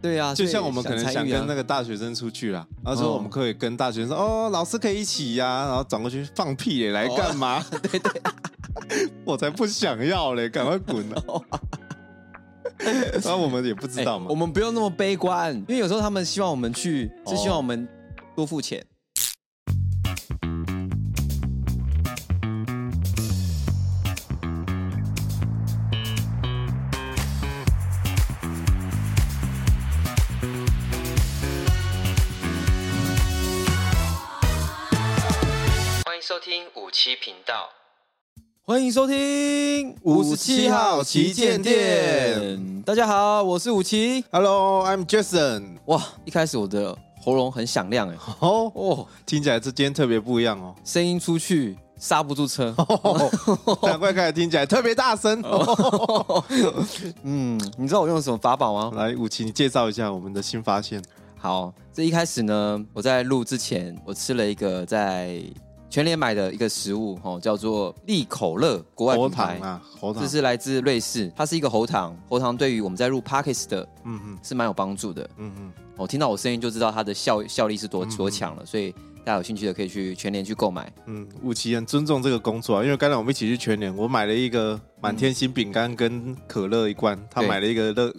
对啊，就所像以我们可能参想与啊跟那个大学生出去啦，啊然后说哦我们可以跟大学生说，哦，老师可以一起呀、然后转过去放屁嘞，来干嘛？对对， 我才不想要嘞，赶快滚 啊！然后我们也不知哦道哎嘛我，们不用那么悲观，因为有时候他们希望我们去，哦是希望我们多付钱。欢迎收听五七频道。欢迎收听57号旗舰店。大家好，我是五七。 Hello，I'm Jason。哇，一开始我的喉咙很响亮哎，哦，哦，听起来这今天特别不一样哦，声音出去刹不住车。哦难怪开始听起来特别大声。嗯，你知道我用什么法宝吗？ 来，武奇，你介绍一下我们的新发现。好，这一开始呢，我在录之前，我吃了一个在全联买的一个食物，哦，叫做利口乐，国外喉品糖牌。啊，喉糖这，是来自瑞士，它是一个喉糖。喉糖对于我们在录 podcast 的嗯嗯是蛮有帮助的。嗯嗯，我、听到我声音就知道它的效效力是多多强了，所以大家有兴趣的可以去全联去购买。嗯，武奇很尊重这个工作啊，因为刚才我们一起去全联，我买了一个满天星饼干跟可乐一罐，他对买了一个 乐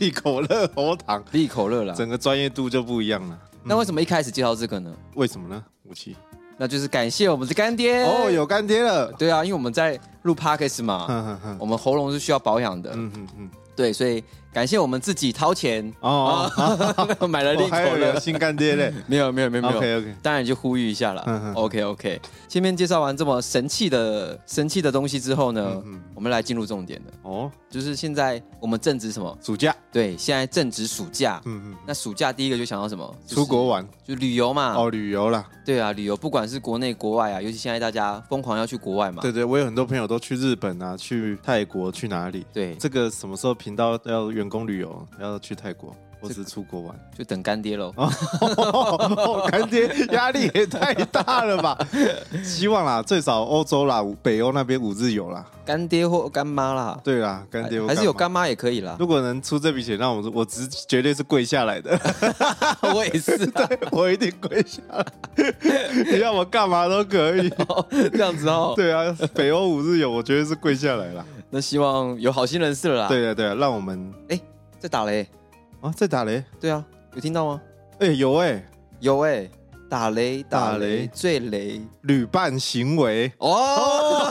利口乐喉糖，利口乐啦。整个专业度就不一样了。那为什么一开始介绍这个呢？为什么呢？武奇那就是感谢我们的干爹哦，。有干爹了， 对啊，因为我们在录 podcast 嘛，哼哼哼，我们喉咙是需要保养的。嗯嗯嗯，对，所以感谢我们自己掏钱 哦，啊，买了我利口哦还有乐有。新干爹嘞没有没 有没有没有。 ，OK OK，当然就呼吁一下嗯了嗯。 OK OK，前面介绍完这么神奇的神奇的东西之后呢，嗯嗯我们来进入重点了，哦，就是现在我们正值什么？暑假，对，现在正值暑假。嗯嗯，那暑假第一个就想到什么？就是出国玩就旅游嘛。哦，旅游啦，对啊，旅游不管是国内国外啊，尤其现在大家疯狂要去国外嘛。对对，我有很多朋友都去日本啊，去泰国，去哪里？对，这个什么时候频道要员工旅游要去泰国，或是出国玩？就等干爹喽。哦，干爹压力也太大了吧？希望啦，最少欧洲啦，北欧那边五日游啦。干爹或干妈啦，对啦，干爹还我还是有嘛干。妈也可以啦。如果能出这笔钱，那我我直绝对是跪下来的，我也 是 啊，我一定跪下来。 你要我干嘛都可 以。这样子哦。对啊，北欧五日游，我绝对是跪下来啦。那希望有好心人士了啦。，对啊，对啊，让我们在打雷。啊在打雷，对啊，有听到吗？哎、有哎、有哎、打雷打打雷雷最雷旅伴 行为。哦，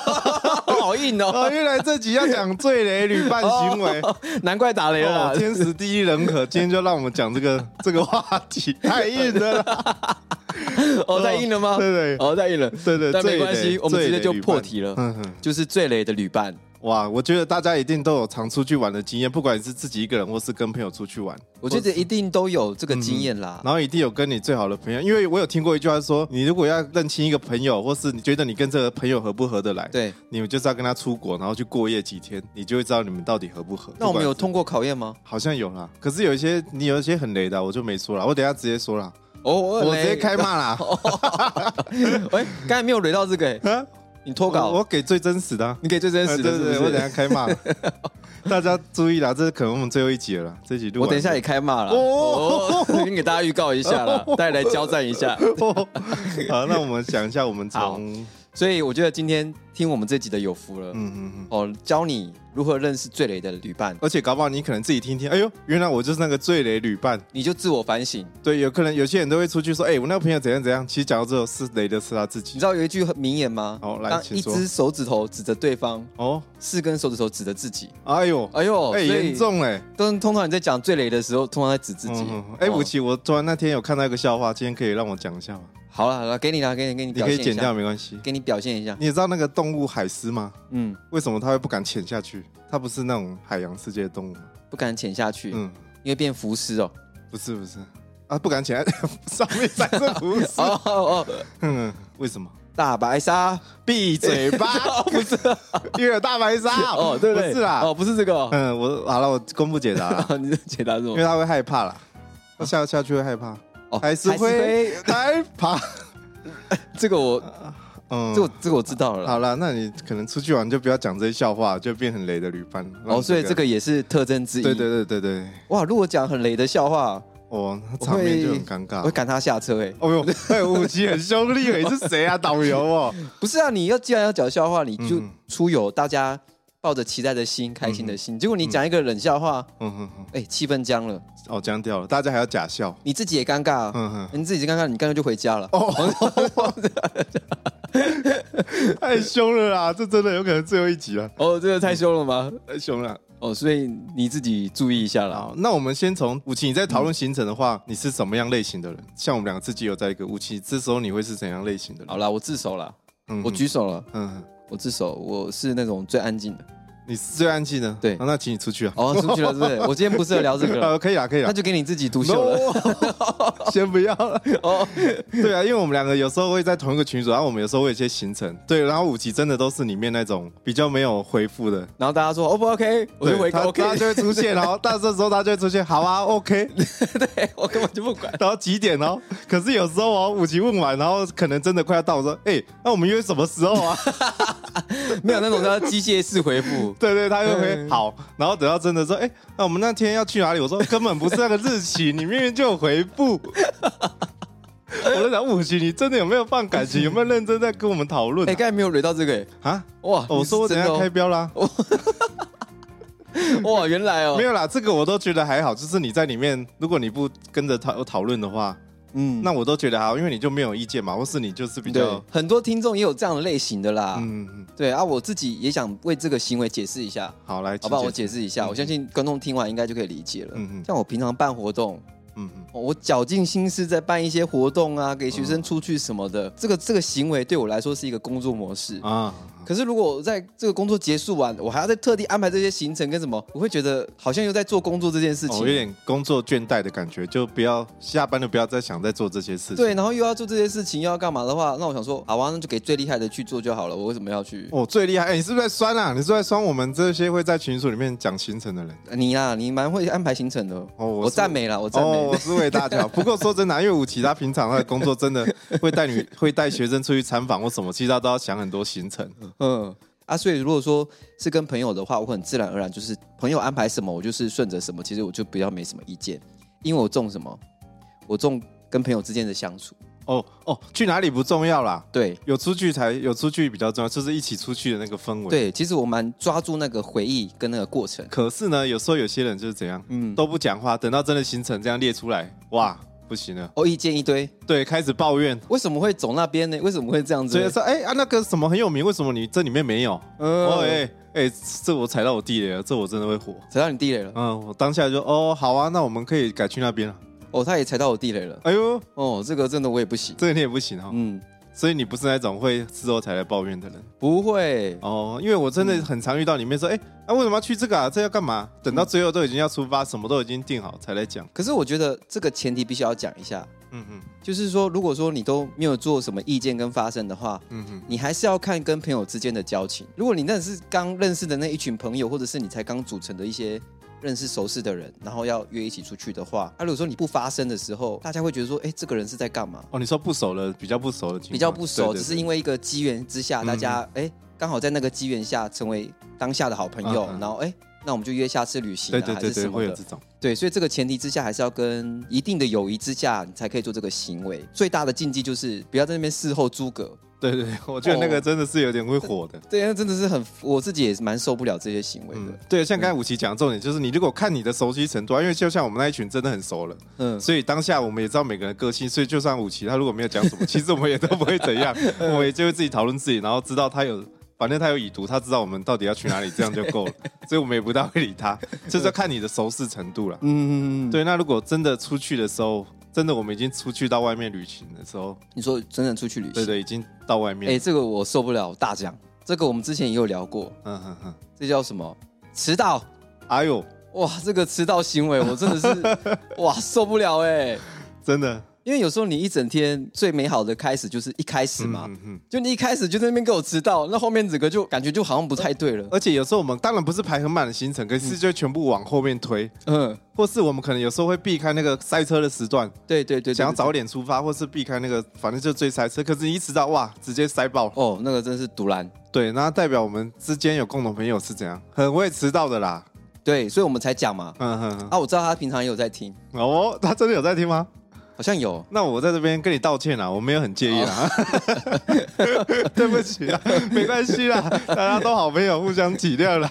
好硬哦，哦，原来这集要讲最雷旅伴行为。 难怪打雷了哦，啦。天时地利人和，今天就让我们讲 这个这个话题，太硬了啦，哦，太硬了吗？对对哦，太硬了。对对，但没最关系雷我们直接就最雷旅伴破题了嗯哼，就是最雷的旅伴，哇，我觉得大家一定都有常出去玩的经验，不管是自己一个人或是跟朋友出去玩，我觉得一定都有这个经验啦。然后一定有跟你最好的朋友，因为我有听过一句话说，你如果要认清一个朋友，或是你觉得你跟这个朋友合不合得来，，对，你们就是要跟他出国，然后去过夜几天，你就会知道你们到底合不合。那我们有不管是通过考验吗？好像有啦，可是有一些你有一些很雷的，我就没说了，我等一下直接说啦，哦，我我直接开。骂啦。 哦哎，刚才没有雷到这个，哎，啊你脱稿，我我给最真实的啊、你给最真呃实对的，对是对不我等是？一下 开骂，大家注意啦，这是可能我们最后一集了啦，这集录我完等一下也开骂了，哦 哦，已经给大家预告一下了，大家来交战一 下。 好，那我们讲一下，我们好从所以我觉得今天听我们这集的有福了，嗯嗯嗯，哦，教你如何认识最雷的旅伴，而且搞不好你可能自己听听，哎呦，原来我就是那个最雷旅伴。你就自我反省。对，有可能有些人都会出去说，哎、我那个朋友怎样怎样，其实讲到最后是雷的是他自你己。知道有一句名言吗？好来当请一说只手指头指着对方，哦，四根手指头指着自己。哎呦，哎呦，哎，所以严。重哎、通通常你在讲最雷的时候，通常在指自己嗯。哎，哦武奇，我突然那天有看到一个笑话，今天可以让我讲一下吗？好了好了，给你了，给你给你你表可现以一剪下掉，没关系。给你表现一下。你知道那个动物海狮吗？嗯，为什么它会不敢潜下去？它不是那种海洋世界的动物吗？不敢潜下去，嗯，因为变浮尸哦。不是不是啊，不敢潜， 上面才是不是？哦哦哦，嗯，为什么？大白鲨，闭嘴 吧！哦不是因为有大白鲨 哦，对不对？不是啦。哦不是这个哦。 嗯，我好了，我公布解答啦，你的解答是什么因为？它会害怕啦，它下下去会害怕，哦还是会害怕。这个我嗯这个这个我知道了啦。好了，那你可能出去玩就不要讲这些笑话，就变很雷的旅伴。哦，所以这个也是特征之一。对对对对对，哇，如果讲很雷的笑话，哦，那我场面会就很尴 我会尬。赶他下车哎、哦 呦，哎，武器很凶厉，你是谁啊？导游哦，不是啊，你要既然要讲笑话，你就嗯出游，大家抱着期待的心、开心的心，结果你讲一个冷笑话，嗯哼哼，哎、气氛僵了，哦，僵掉了，大家还要假笑。你自己也尴尬、啊，嗯哼，你自己尴尬，你干脆就回家了。哦， 太凶了啦！这真的有可能最后一集了， 哦，这个太凶了吗？太凶了。哦，所以你自己注意一下啦。好，那我们先从武器，你在讨论行程的话，你是什么样类型的人？像我们两个自己有在一个武器，这时候你会是怎样类型的人？好啦，我自首了，嗯我举，手了，嗯哼。我自首，我是那种最安静的。你是最安静的，对啊那请你出去啊。哦，出去了是不是？我今天不适合聊这个 了呃，可以啦，可以啦那。就给你自己独秀了。 No，先不要了。哦，对啊，因为我们两个有时候会在同一个群组，然后我们有时候会有一些行程。对，然后五级真的都是里面那种比较没有回复的，然后大家说 O 不 OK，我就对回个他 OK，他就会出现，然后但这时候他就会出现，好啊，OK， 对我根本就不管。然后几点哦？可是有时候哦，五级问完，然后可能真的快要到，我说，哎、那我们约什么时候啊？。没有那种叫机械式回复对对，他就回嗯好，然后等到真的说，哎、那我们那天要去哪里？我说根本不是那个日期，你明明就有回 复。我在想，五级，你真的有没有放感 情？有没有认真在跟我们讨 论哎，刚才没有捋到这个，哎啊？啊哇，我说我你等是真一下的开标啦，哦哇，原来哦，没有，有啦，这个我都觉得还好。就是你在里面，如果你不跟着讨讨论的话，嗯，那我都觉得还好，因为你就没有意见嘛，或是你就是比对较，很多听众也有这样的类型的啦。嗯，嗯对啊，我自己也想为这个行为解释一下，好来，好不好？我解请释一下，嗯我相信观众听完应该就可以理解了。嗯嗯像我平常办活动，嗯嗯，哦我绞尽心思在办一些活动啊，给学生出去什么的，这个这个行为对我来说是一个工作模式。啊，可是如果我在这个工作结束完，我还要再特地安排这些行程跟什么，我会觉得好像又在做工作这件事哦我、情。有点工作倦怠的感觉，就不要下班了，不要再想再做这些事情。对，然后又要做这些事情，又要干嘛的话，那我想说，好啊，那就给最厉害的去做就好了。我为什么要去？哦，最厉害！哎、你是不是在酸啊？你是不是在酸我们这些会在群组里面讲行程的人？你啊，你蛮会安排行程的。哦，我是赞。美了，我赞美。哦，我是为 大家。不过说真的啊，因为武奇他平常他的工作真的会带你 会带学生出去参访或什么，其实他都要想很多行程。嗯啊，所以如果说是跟朋友的话，我很自然而然就是朋友安排什么，我就是顺着什么，其实我就比较没什么意见，因为我重什么，我重跟朋友之间的相处。哦哦，去哪里不重要啦，对有出去才有出去比较重要，就是一起出去的那个氛围。。对，其实我蛮抓住那个回忆跟那个过程。可是呢，有时候有些人就是怎样，嗯，都不讲话，等到真的行程这样列出来，哇，不行了，哦，意见一堆，对，开始抱怨。为什么会走那边呢？为什么会这样子所呢？以说，哎、啊，那个什么很有名，为什么你这里面没有？哦，哎、嗯，哎、这我踩到我地雷了，这我真的会火。踩到你地雷了。嗯，我当下就哦，好啊，那我们可以改去那边了。哦，他也踩到我地雷了。哎呦，哦，这个真的我也不行。这个你也不行哦，嗯，所以你不是那种会事后才来抱怨的人不会。哦。因为我真的嗯很常遇到里面说，哎、那、为什么要去这个啊？这要干嘛？等嗯到最后都已经要出发，什么都已经定好才来讲。可是我觉得这个前提必须要讲一下，嗯嗯就是说，如果说你都没有做什么意见跟发生的话，嗯嗯，你还是要看跟朋友之间的交情。如果你那是刚认识的那一群朋友，或者是你才刚组成的一些认识熟识的人，然后要约一起出去的话，啊，如果说你不发声的时候，大家会觉得说，哎，这个人是在干嘛？哦，你说不熟了，比较不熟的情况，比较不熟，对只是因为为一个机缘之下，嗯大家哎刚好在那个机缘下成为当下的好朋友嗯嗯，然后哎。那我们就约下次旅行、对啊，对还对是对，什么会有的这？种。对，所以这个前提之下，还是要跟一定的友谊之下，你才可以做这个行为。最大的禁忌就是不要在那边事后诸葛，对对对，我觉得那个真的是有点会火的。哦 对，那真的是很，我自己也是蛮受不了这些行为嗯的。，对，像刚才武奇讲的重点就是，你如果看你的熟悉程度啊，因为就像我们那一群真的很熟了，嗯，所以当下我们也知道每个人的个性，所以就算武奇他如果没有讲什么，其实我们也都不会 怎样，我嗯们也就会自己讨论自己，然后知道他有，反正他有已读，他知道我们到底要去哪里，这样就够了， 所以我们也不大会理他，就是要看你的熟识程度了。嗯，对，对，那如果真的出去的时候，真的我们已经出去到外面旅行的时候，你说真正出去旅行，对对，已经到外面，哎、这个我受不了，大奖，这个我们之前也有聊过，嗯哼哼，这叫什么？迟到，哎呦， 哇，这个迟到行为我真的是哇受不了哎、真的，因为有时候你一整天最美好的开始就是一开始嘛，嗯嗯嗯就你一开始就在那边给我迟到，那后面整个就感觉就好像不太对了。而且有时候我们当然不是排很满的行程，可是就全部往后面推，嗯，或是我们可能有时候会避开那个塞车的时段，对对对，对想要对早点出发，或是避开那个反正就最塞车。可是你一迟到，哇，直接塞爆。哦，那个真是独蓝。对，那代表我们之间有共同朋友是怎样，很会迟到的啦。对，所以我们才讲嘛。嗯哼，啊，我知道他平常也有在听，哦，他真的有在听吗？好像有。那我在这边跟你道歉啦，啊我没有很介意啦，哦 对不起啦，没关系啦，大家都好朋友，互相体谅啦。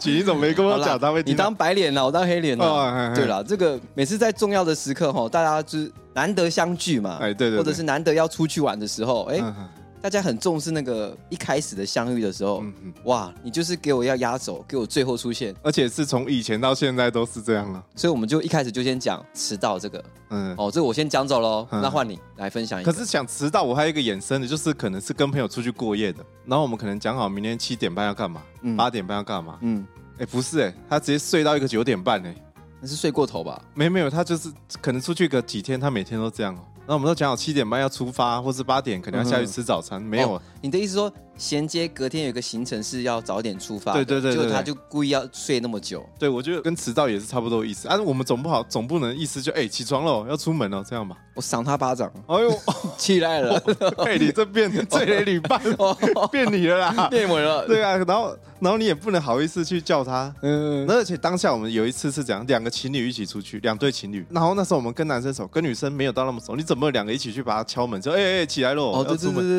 举一种没跟我好啦讲，他会你听到当白脸啊了，我当黑脸了。哦嘿嘿对啦，这个每次在重要的时刻哈，大家就是难得相聚嘛，哎对对对或者是难得要出去玩的时候，哎、嗯哼大家很重视那个一开始的相遇的时候，嗯哼哇，你就是给我要压轴，给我最后出现，而且是从以前到现在都是这样了。所以我们就一开始就先讲迟到这个，嗯，哦，这个我先讲走喽，嗯那换你来分享一可个，是想迟到，我还有一个衍生的，就是可能是跟朋友出去过夜的，然后我们可能讲好明天七点半要干嘛，嗯八、点半要干嘛。嗯，哎、不是哎、他直接睡到一个九点半哎、那是睡过头吧？没有没有，他就是可能出去个几天，他每天都这样哦、那我们都讲好七点半要出发，或是八点可能要下去吃早餐，没有哦，你的意思说衔接隔天有个行程是要早点出发的，对对对对结果他对就故意要睡那么久，对，我觉得跟迟到也是差不多的意思。啊但、是我们总不好，总不能意思就哎、起床了，要出门了这样吧。我赏他巴掌，哎呦， 起来了。哎、你这变这雷旅伴， 哦变你了啦。变文了。对啊，然后然后你也不能好意思去叫他。嗯，那而且当下我们有一次是讲两个情侣一起出去，两对情侣，然后那时候我们跟男生熟，跟女生没有到那么熟，你怎么有两个一起去把他敲门，说哎哎、起来喽，哦，要对出对对门，对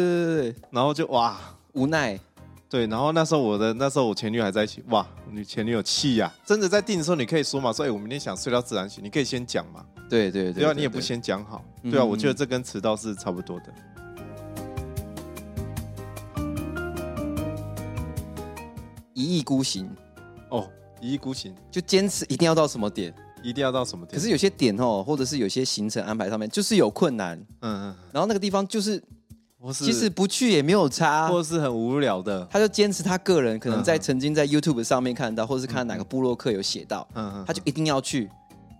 对对，然后就哇，无奈，对，然后那时候我的那时候我前女友还在一起，哇，你前女友气呀、真的在定的时候你可以说嘛，说哎、我明天想睡到自然醒，你可以先讲嘛，对对对对啊，你也不。先讲好，对啊，嗯我觉得这跟迟到是差不多的。一意孤行，哦，一意孤行，就坚持一定要到什么点。一定要到什么点？可是有些点哦，或者是有些行程安排上面就是有困难，嗯，嗯，嗯然后那个地方就是或是其实不去也没有差。啊或是很无聊的，他就坚持他个人可能在嗯曾经在 YouTube 上面看到，或者是看哪个部落客有写到，嗯嗯，他就一定要去。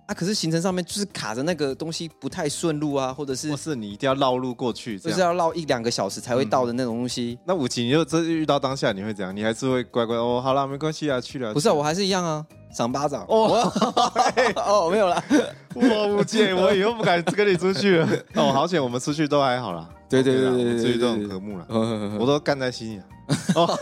啊，可是行程上面就是卡着那个东西不太顺路啊，或者是或是你一定要绕路过去，这就是啊样。要绕一两个小时才会到的那种东西。那五级你就真遇到当下你会怎样？你还是会乖乖哦，好啦，没关系啊，去了。不是啊，我还是一样啊，赏巴掌。哦， 哦，没有 啦。我五级，我以后不敢跟你出去了。 哦，好险，我们出去都还好啦。对对 OK 啦对对我们出对去都很对和睦啦。嗯我都干在心里啊。哦，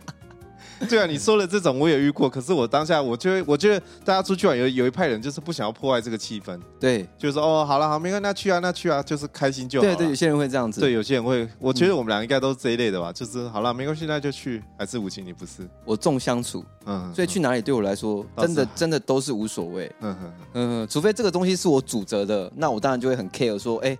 对啊，你说的这种我也遇过，可是我当下我就会，我觉得大家出去玩有有一派人就是不想要破坏这个气氛，对就是说哦，好了，好，没关系，那去啊，那去啊，就是开心就好啦。对对，有些人会嗯这样子。对，，有些人会，我觉得我们俩应该都是这一类的吧，就是好了，没关系，那就去。还是武清，你不是？我重相处，嗯，所以去哪里对我来说，倒是真的还好真的都是无所谓。嗯，嗯嗯嗯，除非这个东西是我主责的，那我当然就会很 care，说，哎，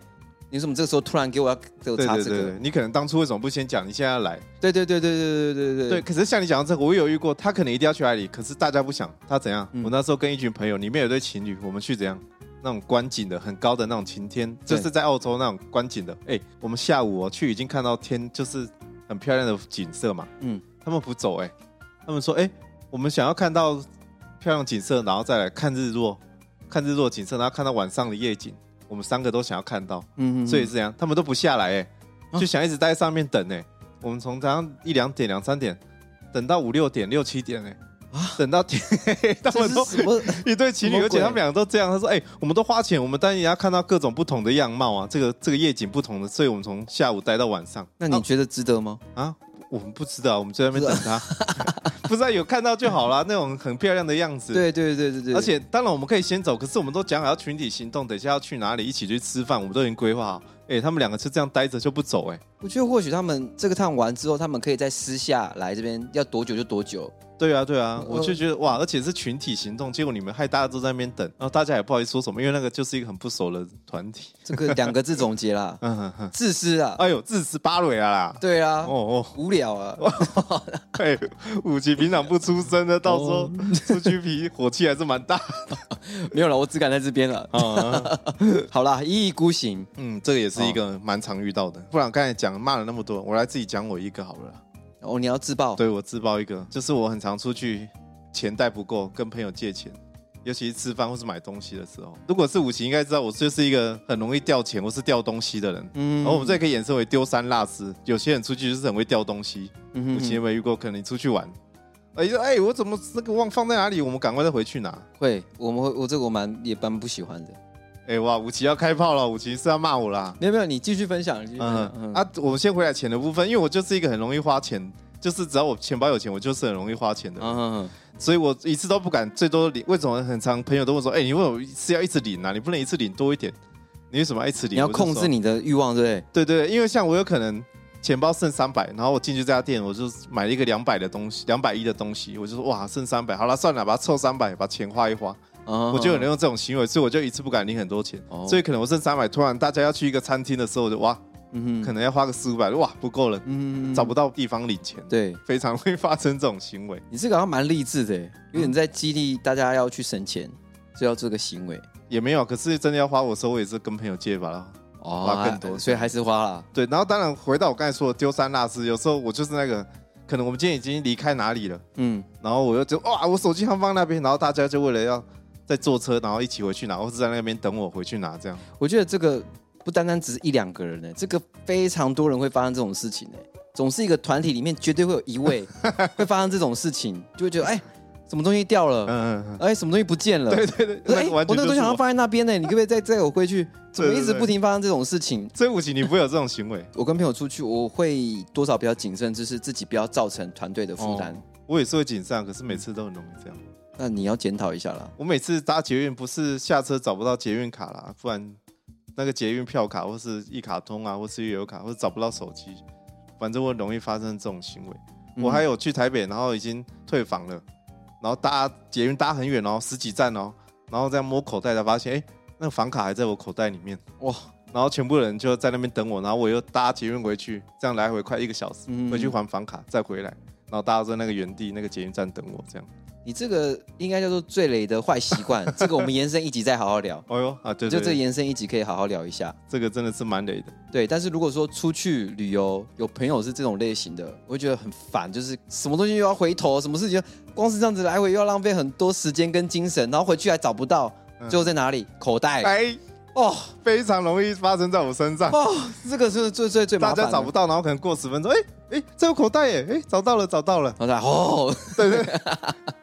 你怎么这个时候突然给我要给我对插对这对对个？，你可能当初为什么不先讲？你现在要来，对对对对对对对对。可是像你讲到这个，我有遇过，他可能一定要去海里，可是大家不想，他怎样？嗯我那时候跟一群朋友，里面有对情侣，我们去怎样？那种观景的，很高的那种晴天，对就是在澳洲那种观景的。哎、我们下午、哦、去已经看到天，就是很漂亮的景色嘛。嗯嗯，他们不走、哎，他们说，哎、我们想要看到漂亮景色，然后再来看日落，看日落景色，然后看到晚上的夜景，我们三个都想要看到。嗯嗯所以是这样，他们都不下来、欸，啊就想一直待在上面等、欸，我们从早上一两点、两三点，等到五六点、六七点、欸，等到天黑，他啊这们是都什么？ 一对情什侣，么而且鬼他们两个都这样。他说：“哎、我们都花钱，我们当然也要看到各种不同的样貌啊，这个这个夜景不同的，所以我们从下午待到晚上。”那你觉得值得吗？啊？我们不知道，我们就在那边等他，不知道、有看到就好啦，那种很漂亮的样子。对对对对对，而且当然我们可以先走，可是我们都讲好要群体行动，等一下要去哪里一起去吃饭，我们都已经规划好。哎、他们两个就这样待着就不走、哎，我觉得或许他们这个趟完之后，他们可以在私下来这边，要多久就多久。对啊，对啊，呃我就觉得哇，而且是群体行动，结果你们害大家都在那边等，然后大家也不好意思说什么，因为那个就是一个很不熟的团体。，这个两个字总结啦 嗯哼哼，自私啊，哎呦，自食八蕊啊啦！对啊哦，哦，无聊啊。哎，五级平常不出声的，到时哦候出去皮火气还是蛮大。没有了，我只敢在这边了。哦啊，好啦，一意孤行， 嗯，这个也是一哦个蛮常遇到的。不然刚才讲骂了那么多，我来自己讲我一个好了啦。哦，你要自爆，对我自爆一个，就是我很常出去，钱带不够，跟朋友借钱，尤其是吃饭或是买东西的时候。如果是武奇，应该知道我就是一个很容易掉钱或是掉东西的人。嗯然哦后我们这可以衍生为丢三落四。有些人出去就是很会掉东西。嗯武哼奇有没有遇过？可能你出去玩，哎、就哎、我怎么这个忘放在哪里？我们赶快再回去拿。会，我们会，我这个我蛮也蛮不喜欢的。哎、哇，武奇要开炮了，武奇是要骂我啦。没有没有，你继续分享。你继续分享嗯啊，我们先回来钱的部分，因为我就是一个很容易花钱，就是只要我钱包有钱，我就是很容易花钱的人。嗯所以我一次都不敢，最多领。为什么很常朋友都问说，哎、你为什么是要一直领啊？你不能一次领多一点，你为什么要一次领？你要我就说控制。你的欲望，对对对，对因为像我有可能钱包剩三百，然后我进去这家店，我就买了一个两百的东西，两百一的东西，我就说哇，剩三百，好了，算了，把它凑三百，把钱花一花。不对？啊嗯我就有人用这种行为，所以我就一次不敢领很多钱。哦所以可能我剩三百，突然大家要去一个餐厅的时候，我就哇，嗯可哼能要花个四五百，哇，不够了，嗯找不到地方领钱，对。非常会发生这种行为。你这个好像蛮励志的耶，有点在激励大家要去省钱，就要这个行为也没有，可是真的要花我的时候，我也是跟朋友借吧啦。哦花更多所以还是花啦。对，然后当然回到我刚才说的丢三落四，有时候我就是那个，可能我们今天已经离开哪里了，嗯，然后我又就哇，我手机放放那边，然后大家就为了要再坐车，然后一起回去拿，或是在那边等我回去拿这样。我觉得这个不单单只是一两个人呢，欸这个非常多人会发生这种事情呢。总是一个团体里面绝对会有一位会发生这种事情，就会觉得哎，什么东西掉了，嗯嗯，嗯哎，什么东西不见了，对对对，哎、那个我 完那全个就东西是好像我。放在那边呢，你可不可 以再载我回去？怎么一直对对不停发生这种事情？所以武奇，你不会有这种行为，我跟朋友出去，我会多少比较谨慎，就是自己不要造成团队的负担。哦我也是会紧张，可是每次都很容易这样。那你要检讨一下啦。我每次搭捷运不是下车找不到捷运卡啦，不然那个捷运票卡或是一卡通啊，或是月游卡，或者找不到手机，反正我容易发生这种行为。我还有，有去台北，然后已经退房了，然后搭捷运搭很远哦，十几站哦，然后再摸口袋才发现，哎，那个房卡还在我口袋里面哇哇。然后全部人就在那边等我，然后我又搭捷运回去，这样来回快一个小时，嗯回去还房卡再回来，然后大家在那个原地那个捷运站等我，这样。你这个应该叫做最累的坏习 惯，这个我们延伸一集再好好聊。哎呦啊，对对哦就对这个延伸一集可以好好聊一下。这个真的是蛮累的。对，但是如果说出去旅游有朋友是这种类型的，我会觉得很烦，就是什么东西又要回头，什么事情光是这样子来回又要浪费很多时间跟精神，然后回去还找不到，嗯最后在哪里？口袋哎，哦。非常容易发生在我 身上，哦，这个是最最最麻大烦的，家找不到，然后可能过十分钟，哎哎，在我口袋耶，哎，找到了，找到了。然后他哦，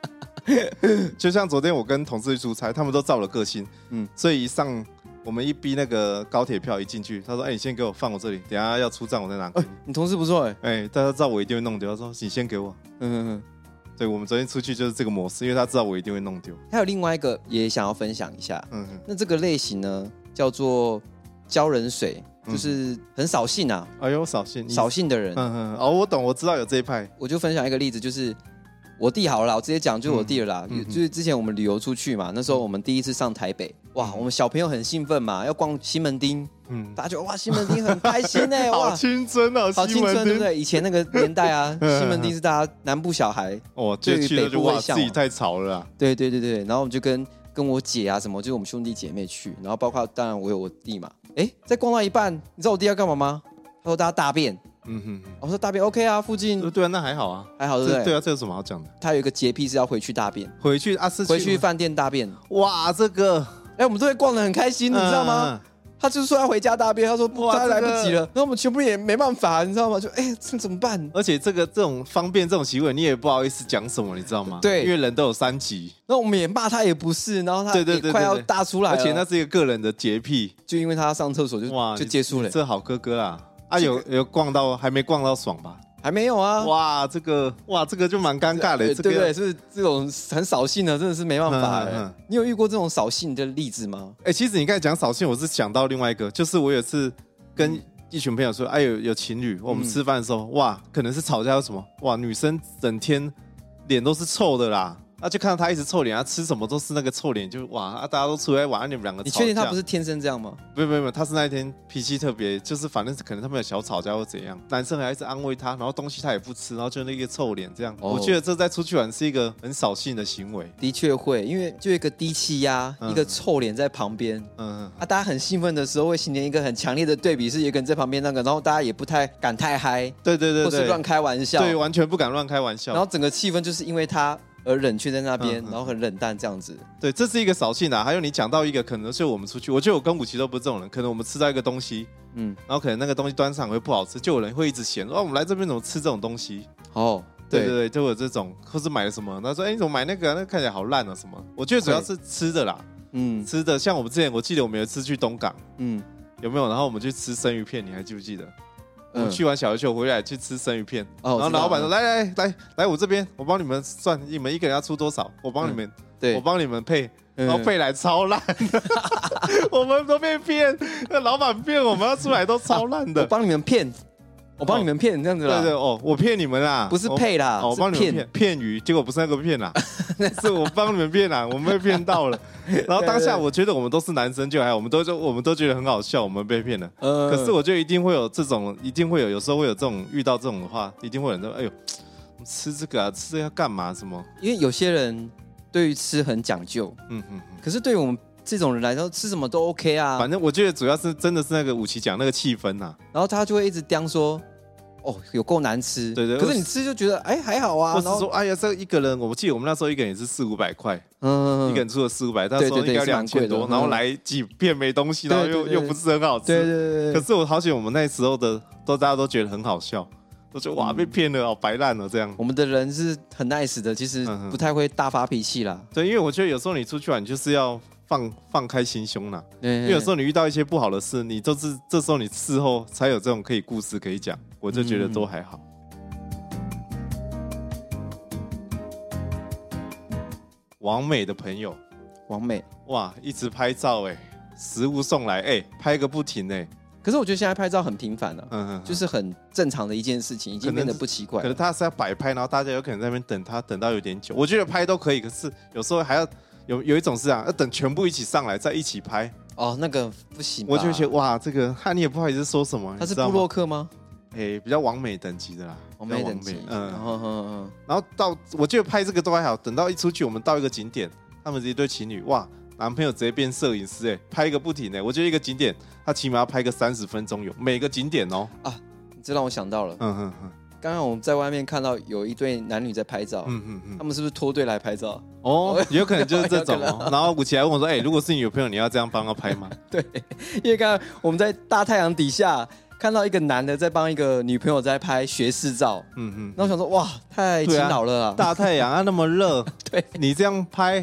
就像昨天我跟同事去出差，他们都照了个性，嗯嗯，所以一上我们一逼那个高铁票一进去，他说，哎，你先给我放我这里，等一下要出站我再拿给你。你同事不错哎，哎，大家知道我一定会弄丢，他说你先给我。嗯，嗯对，我们昨天出去就是这个模式，因为他知道我一定会弄丢。嗯还有另外一个也想要分享一下，嗯嗯，那这个类型呢叫做浇人水，嗯就是很扫兴啊，哎呦，扫兴，你扫，兴的人，嗯嗯，哦，我懂，我知道有这一派，我就分享一个例子，就是我弟好了啦，我直接讲就是我弟了啦。嗯嗯就是之前我们旅游出去嘛，那时候我们第一次上台北，哇，我们小朋友很兴奋嘛，要逛西门町，嗯，大家觉得哇，西门町很开心呢、好哎哇，青春哦， 好西青门春，对町不对？以前那个年代 啊，嗯西门町是大家南部小孩，哦，就对于去了北就部哇，会啊向自己太吵了啊啦。对对对对，然后我们就跟跟我姐啊什么，就是我们兄弟姐妹去，然后包括当然我有我弟嘛，哎，在逛到一半，你知道我弟要干嘛吗？他说他大便，嗯哼我说大便 OK 啊，附近哼，对啊，那还好啊，还好对不这对？对啊，这有什么好讲的？他有一个洁癖是要回去大便，回去啊，是回去饭店大便。哇，这个嗯哎、我们都会逛得很开心，你知道吗？？他就是说要回家大便，他说不，哇他来不这个及了。然后我们全部也没办法，你知道吗？就哎、这怎么办嗯？而且这个这种方便这种行为，你也不好意思讲什么，你知道吗？对因为人都有三级，那我们也骂他也不是，然后他对对也对对快要对大出来而了，且那是一个个人的洁癖，就因为他上厕所就哇，就你结束了、这好哥哥啦。啊，有有逛到还没逛到爽吧？还没有啊？哇，这个哇，这个就蛮尴尬的，对这对不对？个。是不是这种很扫兴的，真的是没办法、嗯嗯哎嗯你有遇过这种扫兴的例子吗？哎，其实你刚才讲扫兴，我是想到另外一个，就是我有一次跟一群朋友说，哎，有有情侣，我们嗯吃饭的时候，哇，可能是吵架或什么，哇，女生整天脸都是臭的啦。啊，就看到她一直臭脸，啊，吃什么都是那个臭脸，就哇、啊，大家都出来玩，啊你们两个你确定他吵架不是天生这样吗？没有没有没有，他是那一天脾气特别，就是反正可能他们有小吵架或怎样，男生还一直安慰他，然后东西他也不吃，然后就那个臭脸这样。哦我觉得这在出去玩是一个很扫兴的行为。的确会，因为就一个低气压，嗯一个臭脸在旁边，嗯，啊，大家很兴奋的时候会形成一个很强烈的对比，是有一个人在旁边那个，然后大家也不太敢太嗨，对对对或对，是乱开玩笑，对，完全不敢乱开玩笑。然后整个气氛就是因为他而冷却在那边，嗯嗯然后很冷淡这样子。对，这是一个扫兴啊。还有你讲到一个，可能是我们出去，我觉得我跟武奇都不是这种人，可能我们吃到一个东西，嗯，然后可能那个东西端上会不好吃，就有人会一直嫌，哦，我们来这边怎么吃这种东西？哦，对对对，就有这种，或是买了什么，他说，哎，你怎么买那个啊、那个看起来好烂啊什么？我觉得主要是吃的啦，嗯吃的。像我们之前，我记得我们有一次去东港，嗯有没有？然后我们去吃生鱼片，你还记不记得？我嗯们去完小琉球回来去吃生鱼片，哦我然后知道老板说：“嗯来来来来，我这边我帮你们算，你们一个人要出多少？我帮你们，对我帮你们配。”嗯然后配来超烂， 我们都被骗，那老板骗我们，要出来都超烂我的。帮你们骗，我帮你们骗这样子对啦。对哦，我骗你们啦，不是我配啦哦我是帮你们骗骗骗鱼，结果不是那个 骗啦，是我帮你们骗啦，我们被骗到了。然后当下我觉得我们都是男生，就还好我们都就我们都觉得很好笑，我们被骗了。呃可是我觉得一定会有这种，一定会有，有时候会有这种遇到这种的话，一定会有人说：“哎呦，吃这个啊，吃这个要干嘛？什么因为有些人对于吃很讲究，？”嗯嗯嗯。可是对于我们这种人来说，吃什么都 OK 啊。反正我觉得主要是真的是那个武奇讲那个气氛啊呐、然后他就会一直刁说，哦，有够难吃。对对可是你吃就觉得，哎，还好啊。或然是后说，哎呀，这一个人，我记得我们那时候一个人也是四五百块，嗯一个人出了四五百，那对时候对对应该是蛮两千贵多，的然后嗯来几片没东西，然后对又对对又不是很好吃。对对对可对，是我好喜欢我们那时候的，都大家都觉得很好笑，都觉得嗯哇被骗了，好哦白烂了这样。我们的人是很 nice 的，其实嗯嗯不太会大发脾气啦。对，因为我觉得有时候你出去玩，你就是要放放开心胸啦。因因为有时候你遇到一些不好的事，你都是这时候你事后才有这种可以故事可以讲，我就觉得嗯都还好。王美的朋友，王美，哇，一直拍照哎、食物送来哎、拍个不停哎、可是我觉得现在拍照很频繁了、啊，嗯嗯，就是很正常的一件事情，已经变得不奇怪可能了。他是要摆拍，然后大家有可能在那边等他，等到有点久。我觉得拍都可以，可是有时候还要有有一种是啊，要等全部一起上来再一起拍，哦，那个不行吧，我就觉得哇，这个汉你也不好意思说什么，他是你知道布吗洛克吗？诶、比较完美等级的啦，王美比较等完级，嗯嗯，嗯嗯然后到我记得拍这个都还好，等到一出去，我们到一个景点，他们一对情侣，哇，男朋友直接变摄影师、诶，欸拍个不停诶，我觉得一个景点他起码要拍个三十分钟有，每个景点哦，嗯，这让我想到了，嗯嗯嗯刚刚我们在外面看到有一对男女在拍照，嗯嗯嗯他，们是不是脱队来拍照？ 哦，有可能就是这种有可哦。然后武奇还问我说，诶，如果是你女朋友，你要这样帮 她拍吗？因为刚刚我们在大太阳底下看到一个男的在帮一个女朋友在拍学士照，嗯那嗯，我想说哇，太勤劳了啊，大太阳啊那么热， 对，你这样拍，。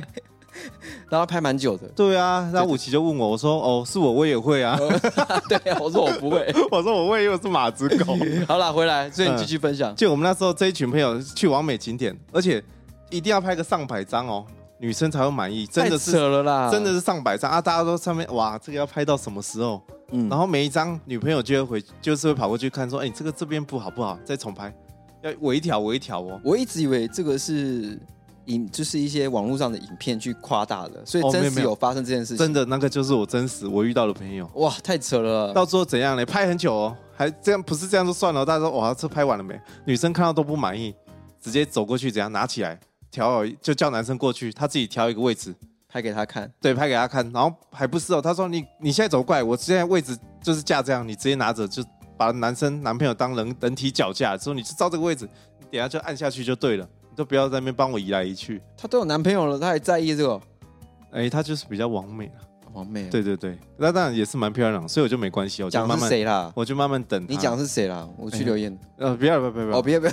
然后拍蛮久的 对啊。然后武奇就问我，我说哦，是我我也会啊，哦对，我说我不会。 我说我会，因为我是马子 狗。好啦，回来，所以你继续分享。就我们那时候这一群朋友去完美景点，而且一定要拍个上百张哦，女生才会满意，真的太是扯了啦，真的，是上百张啊！大家都上面哇，这个要拍到什么时候？嗯然后每一张女朋友就会回，就是会跑过去看说，哎、你这个这边不好不好，再重拍，要微调微调哦。我一直以为这个是影，就是一些网络上的影片去夸大的，所以哦没真哦有没实有有发生这件事情。真的，那个就是我真实我遇到的朋友。哇，太扯了啦。到最后怎样嘞？拍很久哦，还这样不是这样就算了。大家说哇，这拍完了没？女生看到都不满意，直接走过去怎样拿起来调好，就叫男生过去，他自己调一个位置，拍给他看，对，拍给他看，然后还不是哦，他说你你现在走过来，我现在位置就是架这样，你直接拿着就把男生男朋友当人人体脚架，说你就照这个位置，你等一下就按下去就对了，你都不要在那边帮我移来移去。她都有男朋友了，她还在意这个？哎、他就是比较完美了，王妹啊，对对对，那当然也是蛮漂亮的，所以我就没关系，我就讲慢是慢，谁啦？我就慢慢等他。你讲是谁啦？我去留言。呃，不要不要不要，不要哦，别 别，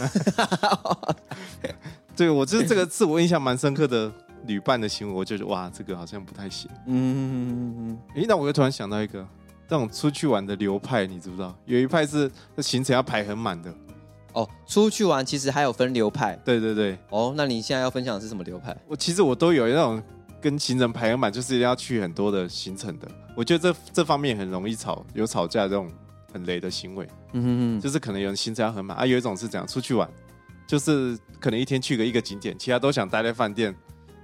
对我就是这个是我印象蛮深刻的旅伴的行为，我就觉得哇，这个好像不太行。嗯，诶，那我又突然想到一个，这种出去玩的流派，你知不知道？有一派是行程要排很满的，哦，出去玩其实还有分流派对对对，哦。那你现在要分享的是什么流派？我其实我都有那种跟行程排很满，就是一定要去很多的行程的。我觉得这这方面很容易吵，有吵架这种很雷的行为，嗯就是可能有人行程要很满啊，有一种是怎样出去玩，就是可能一天去个一个景点，其他都想待在饭店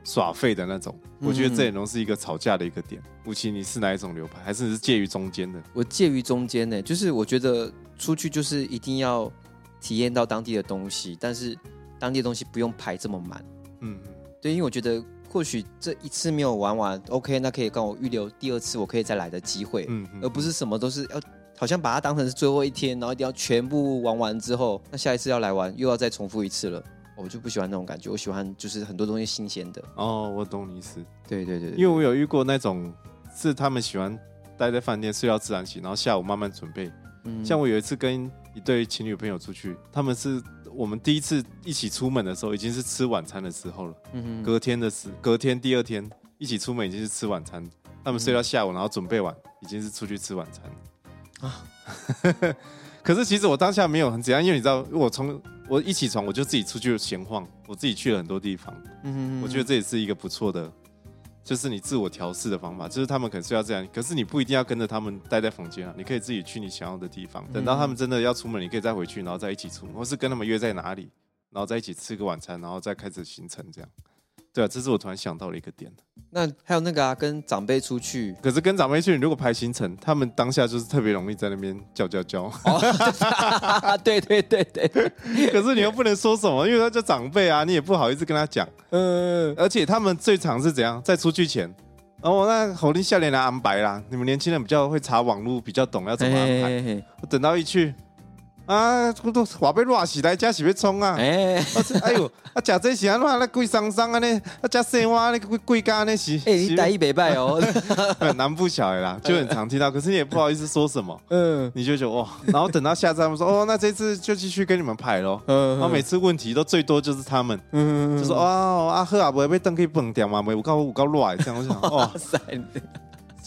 耍废的那种。嗯我觉得这也能是一个吵架的一个点。吴奇，你是哪一种流派，还是你是介于中间的？我介于中间呢，就是我觉得出去就是一定要体验到当地的东西，但是当地的东西不用排这么满。嗯，对，因为我觉得或许这一次没有玩完，OK，那可以让我预留第二次我可以再来的机会，嗯嗯而不是什么都是要。好像把它当成是最后一天，然后一定要全部玩完之后，那下一次要来玩又要再重复一次了。我就不喜欢那种感觉，我喜欢就是很多东西新鲜的。哦，我懂你意思，对对对因为我有遇过那种是他们喜欢待在饭店睡到自然醒，然后下午慢慢准备。为像我有一次跟一对情侣朋友出去，他们是我们第一次一起出门的时候，已经是吃晚餐的时候了。嗯隔天的时，隔天第二天一起出门已经是吃晚餐，他们睡到下午，然后准备完已经是出去吃晚餐啊。 可是其实我当下没有很怎样，因为你知道，我从我一起床我就自己出去闲晃，我自己去了很多地方，嗯我觉得这也是一个不错的，就是你自我调试的方法，就是他们可能睡到这样，可是你不一定要跟着他们待在房间啊，你可以自己去你想要的地方，等到他们真的要出门，你可以再回去，然后再一起出门，或是跟他们约在哪里，然后再一起吃个晚餐，然后再开始行程这样。对啊，这是我突然想到的一个点。那还有那个啊，跟长辈出 去，可是跟长辈去，你如果排行程，他们当下就是特别容易在那边叫叫叫， 啊，对对对对，可是你又不能说什么，因为他叫长辈啊，你也不好意思跟他讲。 嗯，而且他们最常是怎样，在出去前，哦，那侯林笑脸来安排啦。你们年轻人比较会查网络，比较懂要怎么安排。哎我等到一去，啊，我都话被乱起来，加起被冲啊！哎哎我说哎呦，啊，食这是安怎那贵桑桑啊呢？啊，食西瓜那贵贵咖那是， 哎，你待一百拜 哦，很南部小孩 啦，就很常听到，可是你也不好意思说什么，嗯你就觉得哇，然后等到下次他们说哦，那这次就继续跟你们排咯。 嗯然后每次问题都最多就是他们，嗯就说哦，阿赫啊，不会被灯给崩掉嘛，没有够有够乱，这 样我想哦哇，塞，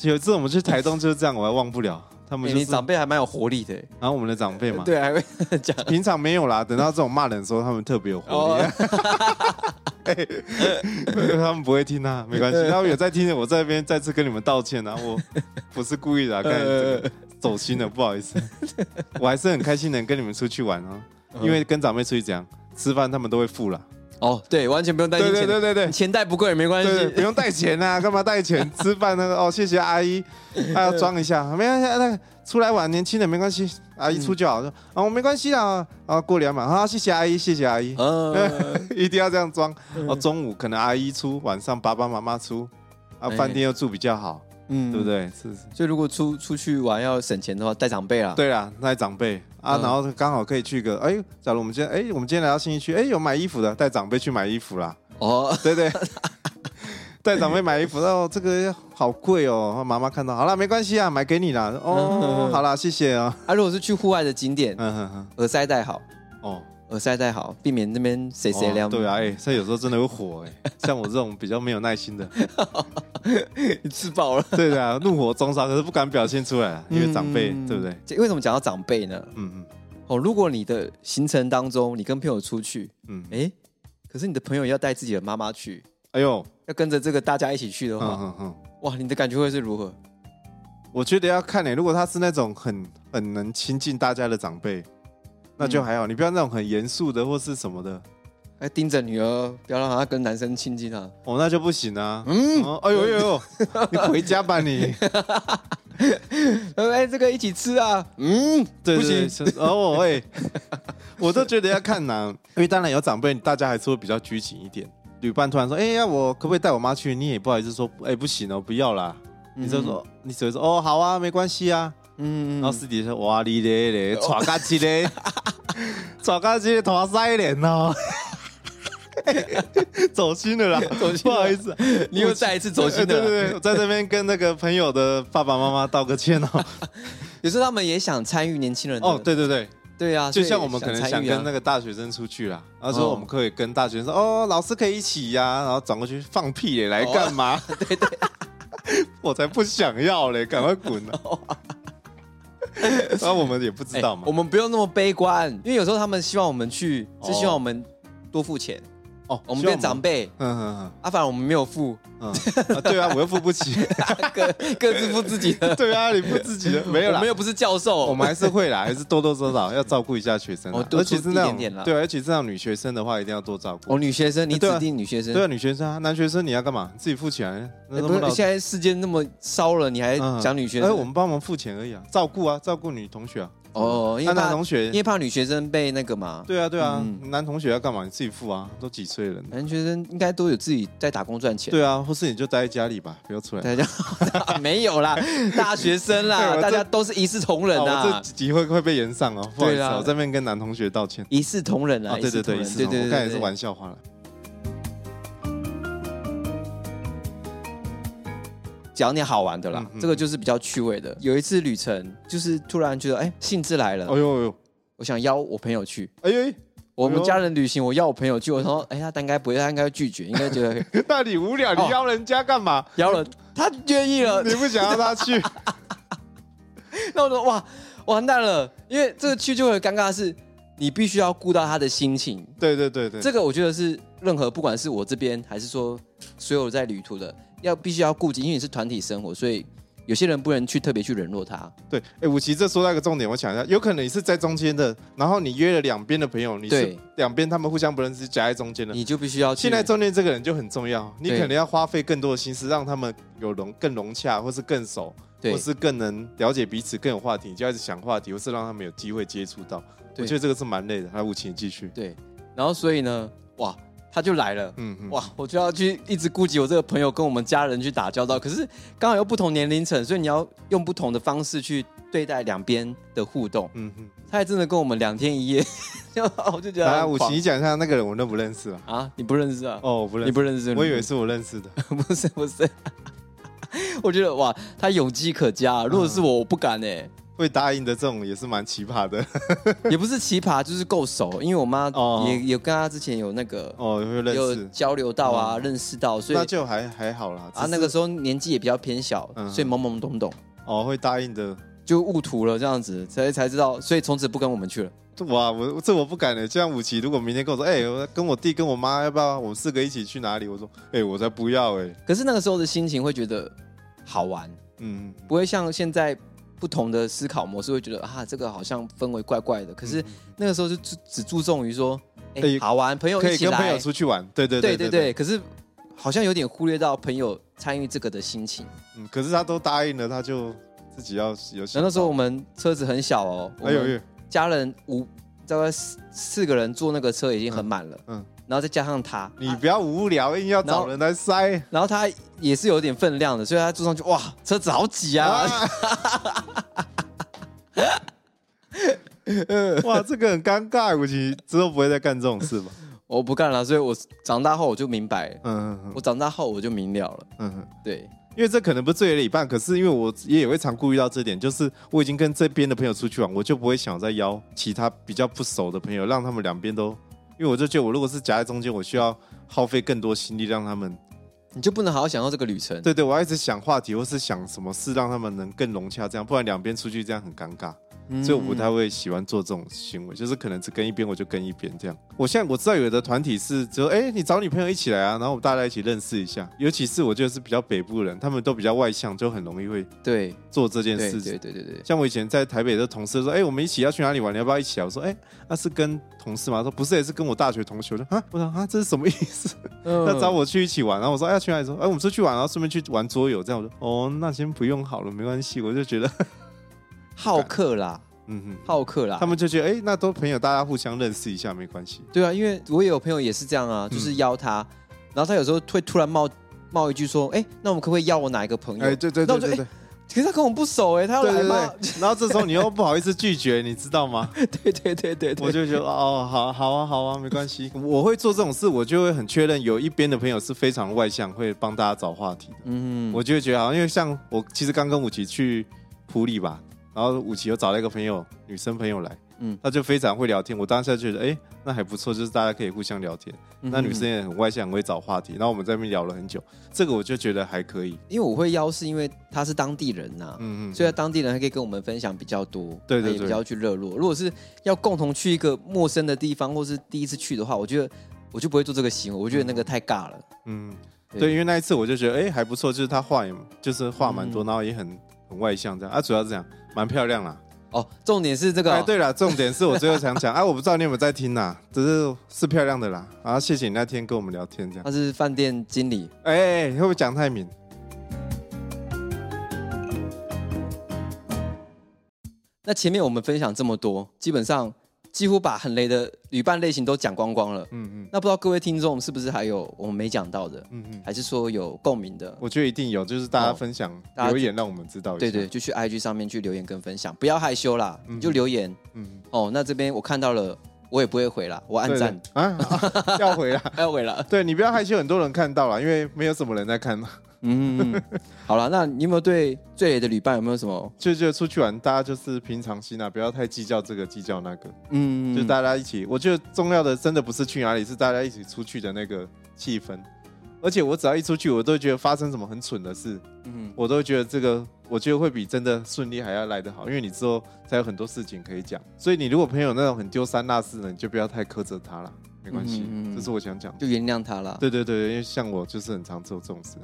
有一次我们去台东就是这样，我还忘不了，他们哎就你是，然长辈还蛮有活力 的，后我们的长辈嘛，对，还会讲平常没有啦，等到这种骂人的时候，他们特别有活力。啊哎他们不会听啊，没关系。他们有在听的，我在这边再次跟你们道歉啊， 我不是故意的、啊，刚才这个走心了，不好 意思。我还是很开心能跟你们出去玩啊，嗯因为跟长辈出去怎样吃饭，他们都会付啦。哦，对，完全不用担心对对钱，对对对你，钱带不够也没关对，不系，用带钱 啊，干嘛带钱？吃饭那个哦，谢谢阿姨，还要装一下，没关系，那个出来玩，年轻人没关系，阿姨出就好。说啊，我没关系啦，啊，过两碗，好，谢谢阿姨，谢谢阿 姨，嗯，一定要这样装。哦，中午可能阿姨出，晚上爸爸妈妈出，啊，哎饭店又住比较好，嗯对不？对？是，是所以如果出出去玩要省钱的话，带长辈啊啦，对啦，那些长辈啊，嗯然后刚好可以去个，哎，假如我们今天，哎，我们今天来到新义区，哎，有买衣服的，带长辈去买衣服啦。哦， 对对，带长辈买衣服，哦，这个好贵哦，妈妈看到，好啦，没关系啊，买给你啦，哦，好啦，谢谢啊，啊，如果是去户外的景点，嗯哼哼，耳塞戴好，哦，耳塞戴好，避免那边谁谁哦亮，对啊，哎，这有时候真的会火哎，像我这种比较没有耐心的，你 吃饱了。对的啊，怒火中烧，可是不敢表现出来啊，因为长辈，嗯对不对？？这为什么讲到长辈呢？嗯嗯哦，如果你的行程当中，你跟朋友出去，嗯，哎，可是你的朋友要带自己的妈妈去，哎呦，要跟着这个大家一起去的嗯话，嗯嗯，哇，你的感觉会是如何？我觉得要看哎，如果他是那种很很能亲近大家的长辈。那就还好，你不要那种很严肃的或是什么的，还盯着女儿，不要让她跟男生亲近啊！哦，那就不行啊。嗯，哎呦哎 呦，哎呦你回家吧你。呃哎，这个一起吃啊！嗯，对不对行对，是哦喂， 我都觉得要看呐、因为当然有长辈，大家还是会比较拘谨一点。旅伴突然说：“哎、呀，我可不可以带我妈去？”你也不好意思说：“哎、不行哦，不要啦。”你就说，你只会说：“哦，好啊，没关系啊。嗯，哦然后私底下说：“哇，你嘞嘞，耍嘎 叽嘞，耍嘎叽嘞，头塞脸哦。走心了啦，走心，不好意思啊，你又再一次走心对的对了。对，我在这边跟那个朋友的爸爸妈妈道个歉哦。 有时候他们也想参与年轻人的哦，对对对，对啊，就像我们可能想跟那个个大学生出去啦，然后啊说哦我们可以跟大学生说，哦，老师可以一起呀、然后转过去放屁嘞，来 干嘛？对对， 我才不想要嘞，赶快滚啊！ 然后我们也不知道嘛，哎我们不用那么悲观，因为有时候他们希望我们去，是哦希望我们多付钱，哦，我们希望变长，辈。嗯嗯啊，反而我们没有付， 嗯嗯，啊对啊，我又付不起，各各自付自己 的。对啊，你付自 己的没有我啦们。又不是教授，我们还是会啦，还是多多 少少要照顾一下学生啦啊哦，多而出且是那一点点种啦对啊，而且是那种女学生的话，一定要多照顾。哦，女学生，你对啊指定女学生，对啊，女学生啊，男学生你要干嘛？自己付钱，那哎不那么是老现在世界那么烧了，你还嗯讲女学哎，生？我们帮忙付钱而已啊，照顾啊，照顾女同学啊。哦，因那为男怕同学因，为怕女学生被那个嘛，对啊对啊，嗯男同学要干嘛？你自己付啊，都几岁了。男学生应该都有自己在打工赚钱。对啊，或是你就待在家里吧，不要 出来。大家没有 啦，大学生对我啦，这大家都是一视同仁啊我啊这，集会会被延上哦，不好意思对啊，啊我这边跟男同学道歉。一视同仁啊，啊，对对对，一一视视同同仁仁对对我刚对，才也是对。玩笑话了。讲点好玩的啦嗯，嗯这个就是比较趣味的。有一次旅程，就是突然觉得哎兴致来哎了，呦哎呦我想邀我朋友去。哎呦哎我们家人旅行，我邀我朋友去，我说哎他应该不会，他应该会拒绝，应该觉得 呦，那你无聊，你哦呃邀人家干嘛？邀了他愿意 了，你不想要 他去？那我说哇，完蛋了，因为这个去就会有尴尬的是，你必须要顾到他的心情。对对对对，这个我觉得是任何不管是我这边还是说所有在旅途的，要必须要顾及，因为你是团体生活，所以有些人不能去特别去冷落他。对，哎，武奇这说到一个重点，我想一下，有可能你是在中间的，然后你约了两边的朋友，你是对两边他们互相不认识，夹在中间的。你就必须要去现在中间这个人就很重要，你对可能要花费更多的心思，让他们有融更融洽，或是更熟，对或是更能了解彼此，更有话题，你就要一直想话题，或是让他们有机会接触到。我对觉得这个是蛮累的。来，武奇，你继续。对，然后所以呢，哇，他就来了。嗯嗯，哇，我就要去一直顾及我这个朋友跟我们家人去打交道，可是刚好又不同年龄层，所以你要用不同的方式去对待两边的互动。嗯嗯。他还真的跟我们两天一夜， 就我就觉得来，很武奇，狂你啊讲一下那个人我认不认识啊？啊，你不认识啊？哦，我不认你识，不认识？我以为是我认识的。 不是不是，我觉得哇，他勇气可嘉。嗯如果是我，我不敢哎、 会答应的这种也是蛮奇葩的。也不是奇葩，就是够熟，因为我妈哦也也跟她之前有那个哦，会认有识，交流到啊，嗯认识到，所以那就还还好啦。啊只那是个时候年纪也比较偏小，嗯所以懵懵懂懂哦，会答应的。就误途了这样子，才才知道，所以从此不跟我们去了。哇，我这我不敢欸的。就像武奇，如果明天跟我说，哎、我跟我弟跟我妈要不要，我们四个一起去哪里？我说，哎、我才不要哎、可是那个时候的心情会觉得好玩，嗯，不会像现在不同的思考模式会觉得啊这个好像氛围怪怪的。可是那个时候就只只注重于说，哎、哎好玩，朋友嗯可一以起跟朋来友，出去玩。对对对对对对，可是好像有点忽略到朋友参与这个的心情。嗯，可是他都答应了，他就自己要有。然后那时候我，们车子很小哦，我哎呦哎们呦，家人五大概四四个人坐那个车已经很满了，嗯嗯嗯，然后再加上他，你不要无聊，硬要然后找人来塞。然后他也是有点分量的，所以他坐上去哇，车子好挤啊，啊 哇，这个很尴尬，武奇之后不会再干这种事吧？ 我不干了，所以我长大后我就明白了，嗯嗯我长大后我就明了了，嗯嗯。对，因为这可能不是最的一半，可是因为我也也会常顾虑到这点，就是我已经跟这边的朋友出去玩，我就不会想再邀其他比较不熟的朋友，让他们两边都，因为我就觉得我如果是夹在中间，我需要耗费更多心力让他们，你就不能好好享受这个旅程，对对，我要一直想话题或是想什么事让他们能更融洽，这样不然两边出去这样很尴尬，嗯所以我不太会喜欢做这种行为，就是可能只跟一边我就跟一边这样。我现在我知道有的团体是就哎、你找你朋友一起来啊，然后我们大家一起认识一下，尤其是我觉得是比较北部人，他们都比较外向，就很容易会。对做这件对事对情。对对对，像我以前在台北的同事说，哎、我们一起要去哪里玩，你要不要一起啊？我说，哎、那、是跟同事吗？他说不是，也是跟我大学同学。我说啊，我说啊，这是什么意思？ 那他找我去一起玩，然后我说，哎、要去哪里？说，哎、我们出去玩，然后顺便去玩桌游。这样我说，哦，那先不用好了，没关系。我就觉得， 好客啦，嗯哼，好客啦， 他们就觉得，哎、那都朋友，大家互相认识一下，没关系。对啊，因为我也有朋友也是这样嗯啊，就是邀他，然后他有时候会突然冒冒一句说：“哎、那我们可不可以邀我哪一个朋友？”哎、对对那对我就对对，可是他跟我们不熟哎、他要对来对吗？ 对。然后这时候你又不好意思拒绝，你知道吗？对对对对我对，就觉 得哦，好好啊，好啊，没关系。我会做这种事，我就会很确认有一边的朋友是非常外向，会帮大家找话题的。嗯，我就会觉得好像，因为像我其实刚跟武奇去普里吧，然后武奇又找了一个朋友，女生朋友来，嗯嗯，她就非常会聊天。我当下觉得，哎、那还不错，就是大家可以互相聊天。嗯那女生，也很外向，很会找话题。然后我们在那边聊了很久，这个我就觉得还可以。因为我会邀是因为他是当地人呐、嗯嗯，所以当地人还可以跟我们分享比较多，啊对对他也对比较去热络。如果是要共同去一个陌生的地方，或是第一次去的话，我觉得我就不会做这个行为，我觉得那个太尬了。嗯，对对，因为那一次我就觉得，哎、还不错，就是她话也就是话蛮多，然后也很很外向这样。啊，主要是这样，蛮漂亮啦。哦，重点是这个、哎，对了，重点是我最后想 讲，哎、我不知道你有没有在听呐，只是是漂亮的啦。啊，谢谢你那天跟我们聊天这样。他是饭店经理，哎、会不会讲太明？那前面我们分享这么多，基本上几乎把很雷的旅伴类型都讲光光了。嗯嗯那不知道各位听众是不是还有我们没讲到的，嗯嗯，还是说有共鸣的？我觉得一定有，就是大家哦分享大家留言让我们知道一下。对对，，就去 IG 上面去留言跟分享，不要害羞啦，嗯你就留言嗯，哦。那这边我看到了，我也不会回啦，我按对赞，对啊，啊 要回啦。不要回 了。对你不要害羞，很多人看到了，因为没有什么人在看嘛。嗯，嗯嗯好了，那你有没有对最雷的旅伴有没有什么？就就出去玩，大家就是平常心啊，不要太计较这个计较那个，嗯，就大家一起。我觉得重要的真的不是去哪里，是大家一起出去的那个气氛。而且我只要一出去，我都会觉得发生什么很蠢的事，嗯，我都会觉得这个，我觉得会比真的顺利还要来得好，因为你之后才有很多事情可以讲。所以你如果朋友那种很丢三落四的，你就不要太苛责他了，没关系，嗯嗯嗯这是我想讲的。就原谅他啦，对对对，因为像我就是很常做这种事，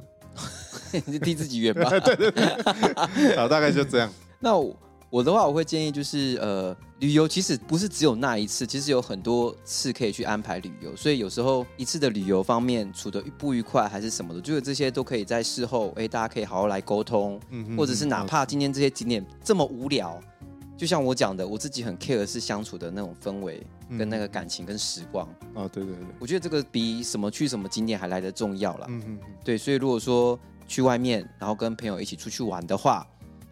你就替自己圆 吧。好，大概就这样。那我我的话，我会建议就是呃，旅游其实不是只有那一次，其实有很多次可以去安排旅游，所以有时候一次的旅游方面处的不愉快还是什么的，就是这些都可以在事后，哎、大家可以好好来沟通，嗯哼或者是哪嗯怕今天这些景点这么无聊。就像我讲的，我自己很 care 是相处的那种氛围，跟嗯那个感情跟时光，哦，对对对，我觉得这个比什么去什么景点还来得重要啦。嗯嗯嗯。对，所以如果说去外面，然后跟朋友一起出去玩的话，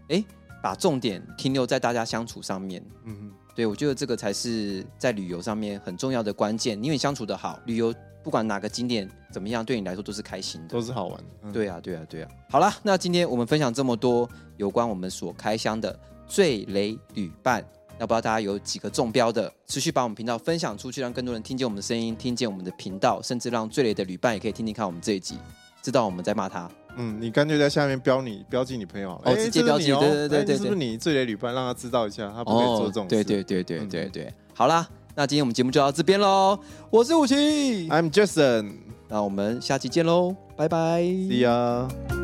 哎，把重点停留在大家相处上面。嗯哼对，我觉得这个才是在旅游上面很重要的关键，因为你相处的好，旅游不管哪个景点怎么样，对你来说都是开心的都。是好玩的。嗯，对啊，对啊，对啊。好啦，那今天我们分享这么多有关我们所开箱的最雷旅伴，那不知道大家有几个中标的，持续把我们频道分享出去，让更多人听见我们的声音，听见我们的频道，甚至让最雷的旅伴也可以听听看我们这一集，知道我们在骂他。嗯，你干脆在下面标你标记你朋友好了，哦哎直接这是你哦标记对对对哎对哦是不是你最雷旅伴，让他知道一下，他不会做这种事。对对对对对嗯对，好啦，那今天我们节目就到这边喽，我是武奇，哎，I'm Jason，See 那我们下期见喽，拜拜。 ya。